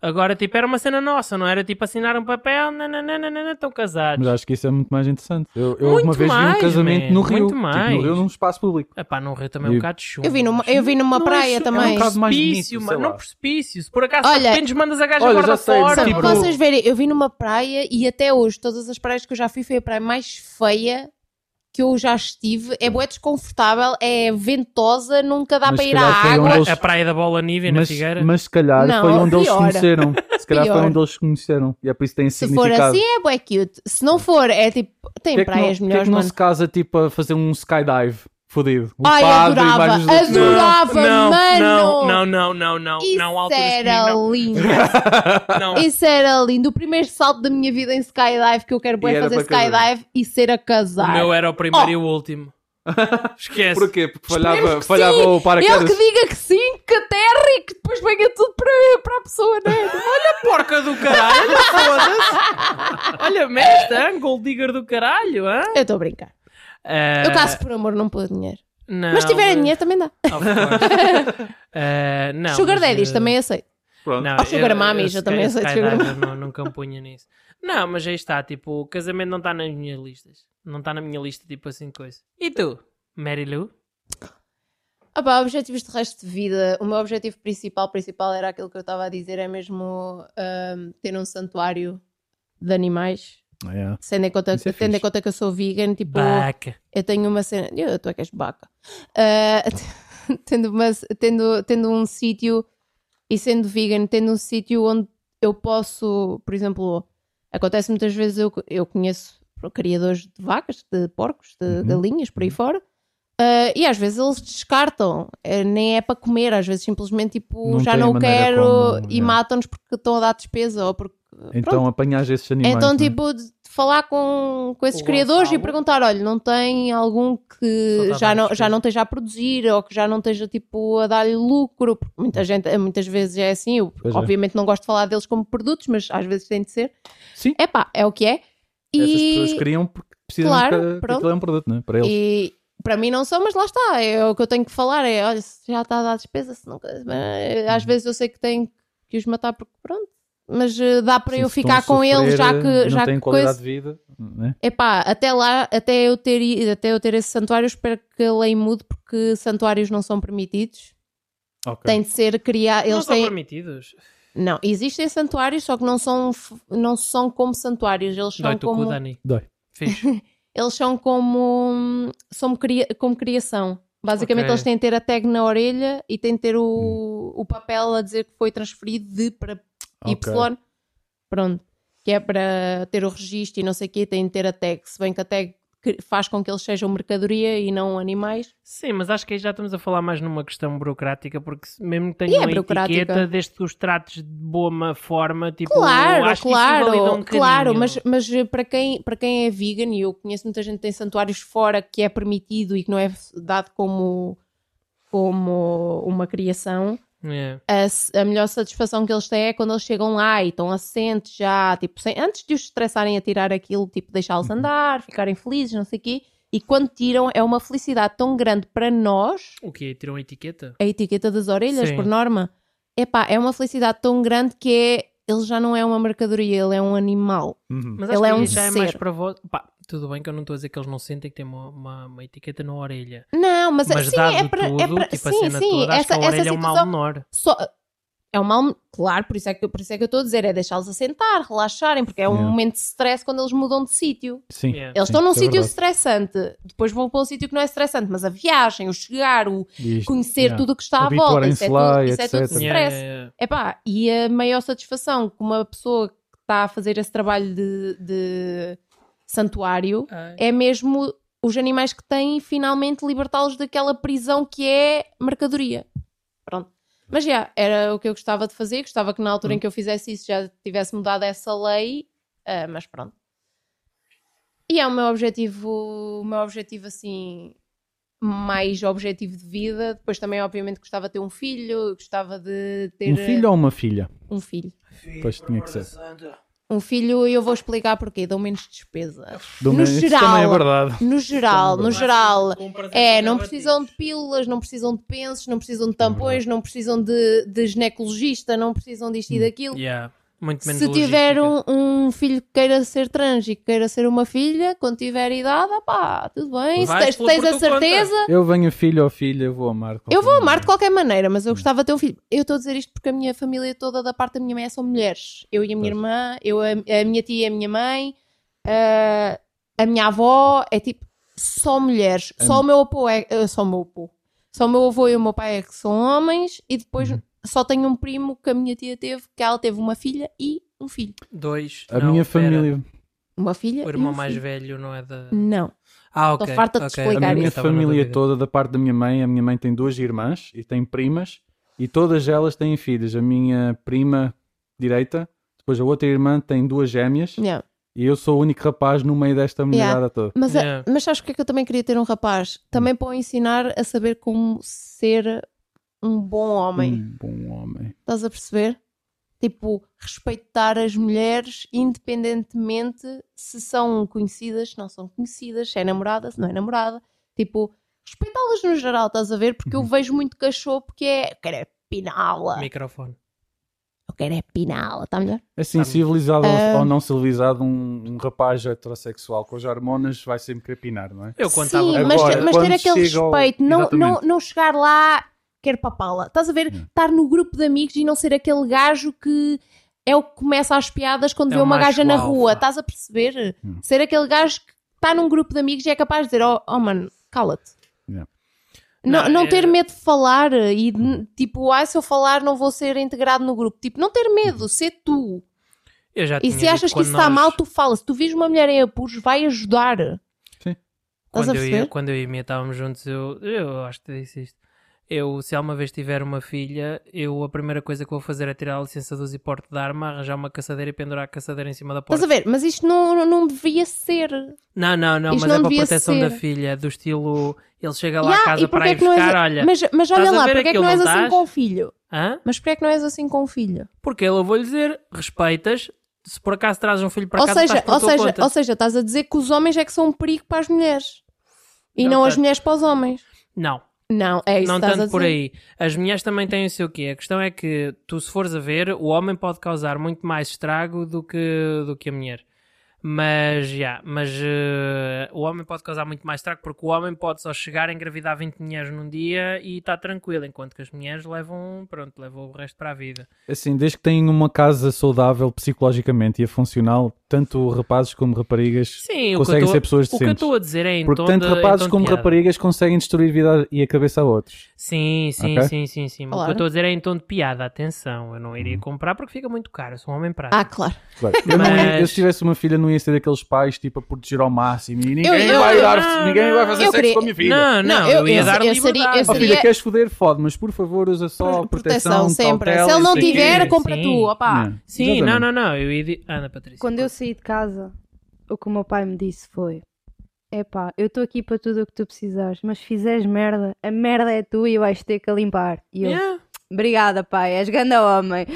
Agora tipo era uma cena nossa, não era tipo assinar um papel, nananana, estão casados. Mas acho que isso é muito mais interessante. Eu, eu Muito uma vez vi mais, um casamento man, no Rio. muito tipo, mais. no Rio, num espaço público. Epá, não rio também é um E- bocado de chumbo. Eu vi numa, eu vi numa Não, praia isso é um também. bocado mais Precipício, bonito, mano, sei lá. não precipício. Se por acaso Olha- de repente mandas a gaja Olha, agora já da sei, fora, Só tipo- bro. para vocês verem, eu vi numa praia e até hoje, todas as praias que eu já fui, foi a praia mais feia que eu já estive. É bué desconfortável, é ventosa, nunca dá Mas para se ir à calhar um foi água. onde eles- A praia da bola nívea na Mas, Figueira. mas se calhar Não, foi onde eles se pior. conheceram. Se calhar foi Pior. onde eles se conheceram. E é por isso que tem Se for significado. assim, é bué cute. Se não for, é tipo, tem Porquê que não, praias porquê melhores, que não mano. se casa tipo a fazer um skydive fodido? O Ai, padre e adorava, vários outros. adorava. Durava, não, mano! Não, não, não, não, não. Isso não, alturas que era não, lindo. não. Isso era lindo. O primeiro salto da minha vida em skydive que eu quero E bué era fazer para skydive casar. e ser a O casar. meu é era o primeiro e o último. Esquece. Porquê? Porque falhava, Esperemos que falhava sim. o Ele paraquedas. que diga que sim, que aterra e que depois venha tudo para, para a pessoa, não é? Porca do caralho, foda-se. Olha, merda, hein? gold digger do caralho, hã? Eu estou a brincar. Eh, Eu caso por amor, não pelo dinheiro. Não, eh, mas se tiver dinheiro também dá. of course. Eh, não, Sugar mas, daddies eh, também aceito. Pronto. Não, Ou sugar mummies, eu se também calhar- aceito se sugar calhar eu não, não campunha nisso. Não, mas aí está, tipo, o casamento não está nas minhas listas. Não está na minha lista, tipo assim, coisa. E tu? Mary Lou? Ah pá, objetivos de resto de vida. O meu objetivo principal, principal era aquilo que eu estava a dizer, é mesmo ahm, ter um santuário de animais. Yeah. Tendo em, conta, Isso é tendo em fixe. conta que eu sou vegan, tipo, Baca. eu tenho uma cena. Eu, tu é que és baca. Ah, tendo, uma, tendo, tendo um sítio e sendo vegan, tendo um sítio onde eu posso, por exemplo, acontece muitas vezes eu, eu conheço criadores de vacas, de porcos, de Uhum. galinhas, por aí fora. ah, e às vezes eles descartam, eh, nem é para comer, às vezes simplesmente tipo, Não já tem não maneira quero como, e é. matam-nos porque estão a dar despesa ou porque Então apanhas esses animais. então, não é? tipo, de de falar com, com esses O criadores e Gonçalo. perguntar: olha, não tem algum que Só dá já não, mais já coisa. não esteja a produzir ou que já não esteja tipo, a dar-lhe lucro? Porque muita gente, muitas vezes é assim. Eu, Pois é. obviamente, não gosto de falar deles como produtos, mas às vezes tem de ser. Sim. É pá, é o que é. Essas pessoas E, queriam porque precisam Claro, que, que pronto. aquilo é um produto, não é? Para eles. e para mim não são, mas lá está. É, o que eu tenho que falar: é eh, Uhum. olha, se já está a dar despesa, se nunca. Às vezes eu sei que tenho que os matar porque pronto. mas eh, dá para Sim, eu se estão ficar a com ele sofrer, já que Não já têm que qualidade coisa- de vida. né? Epá, até lá, até eu ter ido- até eu ter esse santuário, espero que a lei mude porque santuários não são permitidos. Ok. Tem de ser criado, Não eles são têm permitidos. Não, existem santuários, só que não são f- não são como santuários, eles são Dói-te o cu, como Dani. Dói. Fixe. eles são como hum, são cria- como criação. Basicamente, Ok. Hum. eles têm de ter a tag na orelha e têm de ter o, o papel a dizer que foi transferido de para Ok. Y. Pronto. Que é para ter o registro e não sei o quê, têm de ter a tag. Se bem que a tag cri- faz com que eles sejam mercadoria e não animais. Sim, mas acho que aí já estamos a falar mais numa questão burocrática, porque se- mesmo que E tenha é uma burocrática. etiqueta, desde que os trates de boa má forma, tipo, Claro, acho que isso invalida claro, um claro, bocadinho. mas, mas eh, para, quem, para quem é vegan, e eu conheço muita gente que tem santuários fora que é permitido e que não é dado como, como uma criação, É. a, s- a melhor satisfação que eles têm é quando eles chegam lá e estão assentes já, tipo, sem- antes de os estressarem a tirar aquilo, tipo, Uhum. deixá-los andar, ficarem felizes, não sei o quê, e quando tiram é uma felicidade tão grande para nós O quê? Tiram a etiqueta? a etiqueta das orelhas, Sim. por norma. Epá, é uma felicidade tão grande que é. Ele já não é uma mercadoria, ele é um animal. Uhum. Mas Ele acho é que um aí já é mais ser. para vós. Pá, tudo bem que eu não estou a dizer que eles não sentem que têm uma, uma, uma etiqueta na orelha. Não, mas, Mas sim, dado é para. tudo, é para tipo a sim, cena sim, toda, acho essa, que a orelha essa é um mal situação. menor. só- é um mal. Claro, por isso é que, por isso é que eu estou a dizer, é deixá-los assentar, relaxarem, porque é um Yeah. momento de stress quando eles mudam de sítio. Sim. Yeah. Eles Sim, estão num isso é sítio verdade. estressante, depois vão para um sítio que não é estressante, mas a viagem, o chegar, o Diz- conhecer yeah. tudo o que está à volta, Habituarem-se isso é tudo, lá, isso é tudo etc. stress. Yeah, yeah, yeah. Epá, e a maior satisfação que uma pessoa que está a fazer esse trabalho de, de santuário Ai. é mesmo os animais que têm e finalmente libertá-los daquela prisão que é mercadoria. Pronto. Mas já, era o que eu gostava de fazer. Gostava que na altura em que eu fizesse isso já tivesse mudado essa lei, ah, mas pronto. E é o meu objetivo, o meu objetivo assim, mais objetivo de vida. Depois também, obviamente, gostava de ter um filho, gostava de ter Um filho ou uma filha? um filho. Pois tinha que ser. Um filho, e eu vou explicar porquê, dão menos despesa. Do No menos- isso geral. também é verdade. No geral, no Máximo geral. compras É, não preservativos. precisam de pílulas, não precisam de pensos, não precisam de tampões, não precisam de, de ginecologista, não precisam disto e daquilo. Yeah. Muito menos Se tiver logística. um, um filho que queira ser trans e que queira ser uma filha, quando tiver idade, ah pá, tudo bem. Vais se tens, pela- tens por a tua conta. certeza, Eu venho filho ou filha, eu vou amar. eu vou amar de qualquer maneira, mas eu gostava de ter um filho. Eu estou a dizer isto porque a minha família toda, da parte da minha mãe, é só mulheres. Eu e a minha Pois. irmã, eu, a, a minha tia e a minha mãe, ah, a minha avó, é tipo só mulheres. Só o meu avô é. ah, só o meu avô. Só o meu avô e o meu pai é que são homens e depois Uhum. só tenho um primo que a minha tia teve, que ela teve uma filha e um filho. Dois. A não, minha pera. família, Uma filha. O e irmão um mais filho. velho não é da. Não. Ah, Hum. Tô ok. farta de ok, a explicar ok, isso. minha estava na família dúvida. toda, da parte da minha mãe, a minha mãe tem duas irmãs e tem primas e todas elas têm filhas. A minha prima direita, depois a outra irmã tem duas gêmeas Não. e eu sou o único rapaz no meio desta mulherada toda. Mas, a- Yeah. mas sabes porque é que eu também queria ter um rapaz? Também para o ensinar a saber como ser um bom homem. Um bom homem. Estás a perceber? Tipo, respeitar as mulheres independentemente se são conhecidas, se não são conhecidas, se é namorada, se não é namorada. Tipo, respeitá-las no geral, estás a ver? Porque eu vejo muito cachorro porque é. Eu quero é piná-la. Microfone. Eu quero é piná-la, está melhor? Assim, Sabe? civilizado ou- Ah. ou não civilizado, um, um rapaz heterossexual com as hormonas vai sempre crepinar, não é? Eu quando estava. Sim, com- mas, Agora, mas ter quando aquele chega ao- respeito, não, não, Exatamente. Hum. não chegar lá, quero papá-la. Estás a ver? Não. Estar no grupo de amigos e não ser aquele gajo que é o que começa as piadas quando É vê o uma macho gaja na alfa. rua. Estás a perceber? Não. Ser aquele gajo que está num grupo de amigos e é capaz de dizer: Oh, oh mano, cala-te. Não. Não, Não, não é- ter medo de falar e de- tipo, ah, se eu falar não vou ser integrado no grupo. Tipo, não ter medo, ser tu. Eu já E tinha se dito achas que quando isso está nós- mal, tu fala. Se tu vês uma mulher em apuros, vai ajudar. Sim. Estás Quando a eu, perceber? ia, quando eu e a minha estávamos juntos, eu, eu acho que disse isto. Eu, se alguma vez tiver uma filha, eu a primeira coisa que vou fazer é tirar a licença de uso e porte de arma, arranjar uma caçadeira e pendurar a caçadeira em cima da Estás porta. a ver? Mas isto não, não, não devia ser. Não, não, não, Isto mas não é para a devia proteção ser. da filha, do estilo. Ele chega Tá lá Ya, à casa porquê é para ir que não és- buscar, olha. Mas, mas estás olha a lá, ver porque é que aquilo, não és não assim estás? com o filho? Hã? Mas porque é que não és assim com o filho? Porque ele, eu vou-lhe dizer, respeitas, se por acaso trazes um filho para Ou casa, seja, estás por ou, tua seja, conta. ou seja, estás a dizer que os homens é que são um perigo para as mulheres e Não não, as sei. mulheres para os homens. Não, Não, é isso não que estás a tanto por dizer. aí. As mulheres também têm o seu quê. A questão é que tu, se fores a ver, o homem pode causar muito mais estrago do que, do que a mulher. Mas, já, mas eh, o homem pode causar muito mais estrago porque o homem pode só chegar a engravidar 20 mulheres num dia e está tranquilo, enquanto que as mulheres levam, pronto, levam o resto para a vida. Assim, desde que têm uma casa saudável psicologicamente e a funcional, tanto rapazes como raparigas Sim, o que eu conseguem tô- ser pessoas o que eu decentes. estou a dizer é em Porque tom tanto de- em rapazes tom de como piada. raparigas conseguem destruir vida e a cabeça a outros. Sim, sim, Ok? sim, sim, sim. Mas O que Claro. eu estou a dizer é em tom de piada, atenção. Eu não Uhum. iria comprar porque fica muito caro. Eu sou um homem prático. Ah, claro. Claro. Eu, não ia- eu, Mas- se tivesse uma filha, não ia ser daqueles pais tipo a proteger ao máximo e ninguém Eu- eu- vai eu- dar ninguém vai fazer eu sexo queria- com a minha filha. Não, não, Não, eu, eu- ia eu- dar um eu seria- liberdade. eu Ó filha, seria- queres foder? Fode, mas por favor usa só proteção, Proteção, sempre. cautela Se e ele não sei quê. tiver, Sim, compra sim. tu, opá. Não, Sim, não, exatamente. não, não. Eu ia di- Ana Patrícia. Quando eu saí de casa, o que o meu pai me disse foi: Epá, eu estou aqui para tudo o que tu precisares, mas se fizeres merda, a merda é tua e vais ter que a limpar. E eu, Yeah. obrigada, pai, és ganda homem.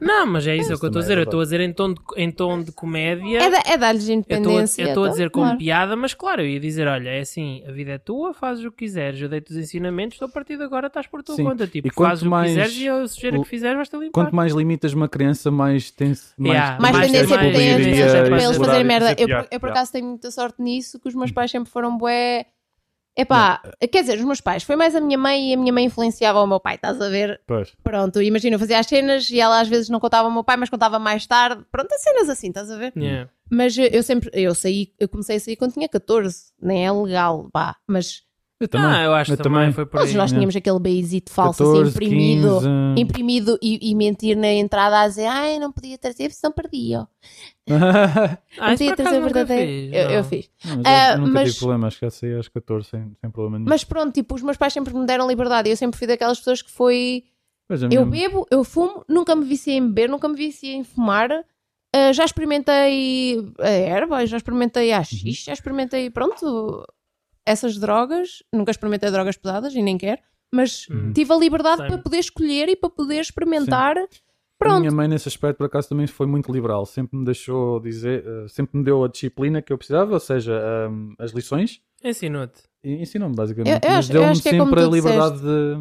Não, mas é isso, Isso é o que eu também é estou a dizer. eu verdade. estou a dizer em tom de, em tom de comédia. É, da- é dar-lhes Eu estou a- independência. eu estou a dizer então, como claro. piada, mas claro, eu ia dizer: olha, é assim, a vida é tua, fazes o que quiseres, eu dei-te os ensinamentos, tu a partir de agora estás por tua Sim. conta. Tipo, E quanto fazes mais- o que quiseres e eu sujeira o- que fizeres, vais-te limpar. Quanto mais limitas uma criança, mais tem mais, Yeah, mais Ah, mais tendência mais que têm as poderia pessoas para eles explorar Hum. fazerem e merda. Eu, por- eu, por acaso tenho muita sorte nisso, que os meus pais sempre foram bué. Epá, quer dizer, os meus pais, foi mais a minha mãe e a minha mãe influenciava o meu pai, estás a ver? Pronto, imagina, eu fazia as cenas e ela às vezes não contava ao meu pai, mas contava mais tarde. Pronto, as cenas assim, estás a ver? Yeah. Mas eh, eu sempre, eu saí, eu comecei a sair quando tinha 14, nem é legal, pá, mas Eu também. Ah, eu acho Eu que também também. foi por todos aí. nós né? tínhamos aquele beizito falso 14, assim, imprimido, 15. imprimido e, e mentir na entrada a dizer, ai, não podia trazer, porque senão perdia. Ah, isso podia por acaso nunca verdadeiro. fiz, Eu, eu não. fiz. Não, mas Ah, eu nunca mas- tive problema, acho que já saí às 14 sem, sem problema nenhum. Mas pronto, tipo, os meus pais sempre me deram liberdade. Eu sempre fui daquelas pessoas que foi. Mas a minha- Eu bebo, eu fumo, nunca me viciei em beber, nunca me viciei em fumar. Ah, já experimentei a erva, já experimentei Uhum. a xixi, já experimentei, pronto, essas drogas. Nunca experimentei drogas pesadas e nem quero, mas Uhum. tive a liberdade Same. para poder escolher e para poder experimentar. A Pronto, minha mãe, nesse aspecto, por acaso, também foi muito liberal. Sempre me deixou dizer, eh, sempre me deu a disciplina que eu precisava, ou seja, ahm, as lições. Ensinou-te. E ensinou-me, basicamente. Eu- eu Mas acho- eu deu-me acho que é como sempre a tu liberdade de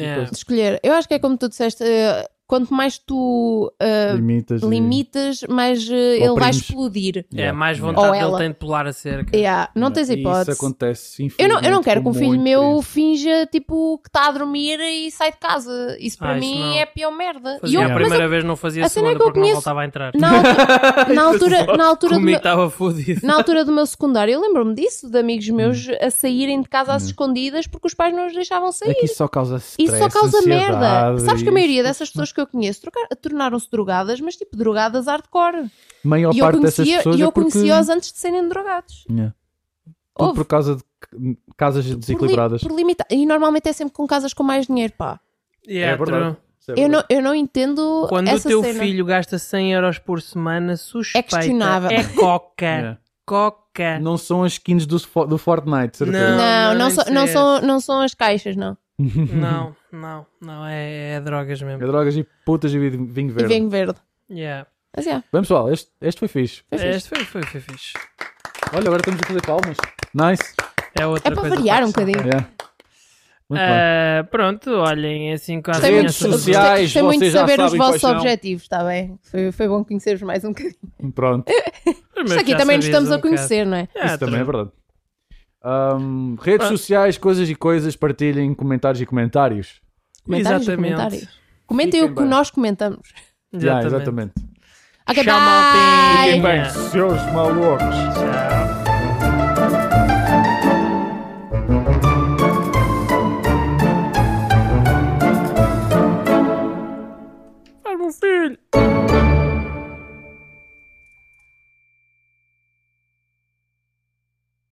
Yeah. de escolher. Eu acho que é como tu disseste, ah, quanto mais tu ah, limitas. e- limitas, mais ah, ele vai Oprimes. explodir. É, mais Ou vontade ele ela. tem de pular a cerca. Yeah, Oh, não tens E hipótese. Isso acontece, Eu não, eu não infelizmente, quero que um com filho muita meu gente. finja tipo que está a dormir e sai de casa. Isso para Ah, isso mim não. é a pior merda. E Fazia eu- a mas primeira vez, não fazia a a cena é segunda que eu porque não conheço- voltava a entrar. na altura, na altura, na altura do Comigo meu, estava fodido. na altura do meu secundário, eu lembro-me disso, de amigos Hum. meus a saírem de casa às escondidas porque os pais não os deixavam sair. É que isso só causa Isso só stress, causa merda. ansiedade Sabes que a e- maioria dessas pessoas que eu conheço trocar- tornaram-se drogadas, mas tipo drogadas hardcore. Maior E eu parte dessas conhecia- pessoas e eu é porque... conhecia-os antes de serem drogados. Yeah. Tudo Houve. por causa de c- casas Por li- desequilibradas. por limitar- E normalmente é sempre com casas com mais dinheiro, pá. Yeah, É verdade. true. Isso é Eu verdade. não, eu não entendo Quando essa o teu cena. filho gasta 100 euros por semana, suspeita. questionável. É coca. Yeah. Coca. Não são as skins do, Fo- do Fortnite, certeza. Não, Não, não, não, nem são- sei. não, são, não são as caixas, não. Não, não, não. É, é drogas É mesmo. drogas e putas e vi- vinho E verde. vem verde. Yeah. Mas é. Bem, pessoal, este, este foi fixe. Foi fixe. Este foi, foi, foi fixe. Olha, agora estamos a fazer palmas. Nice. É, outra É para coisa variar um que se bocadinho. Yeah. Muito bem. Ah, pronto, olhem, é assim quase Gostei redes muito- sociais, gostei- gostei muito de vocês já saber os sabem quais vossos são. objetivos, está bem? Foi, foi bom conhecer-vos mais um bocadinho. Pronto, Isto aqui também nos um estamos a conhecer, não é? Ah, isso também é verdade. Ahm, redes sociais, coisas e coisas, partilhem comentários e comentários. Comentários, Exatamente. comentários. Comentem Fiquem o que bem. nós comentamos. Yeah, exatamente. exatamente. Ok, Tchau, bye! maltinha. Yeah. seus malucos. Tchau. Faz-me um filho.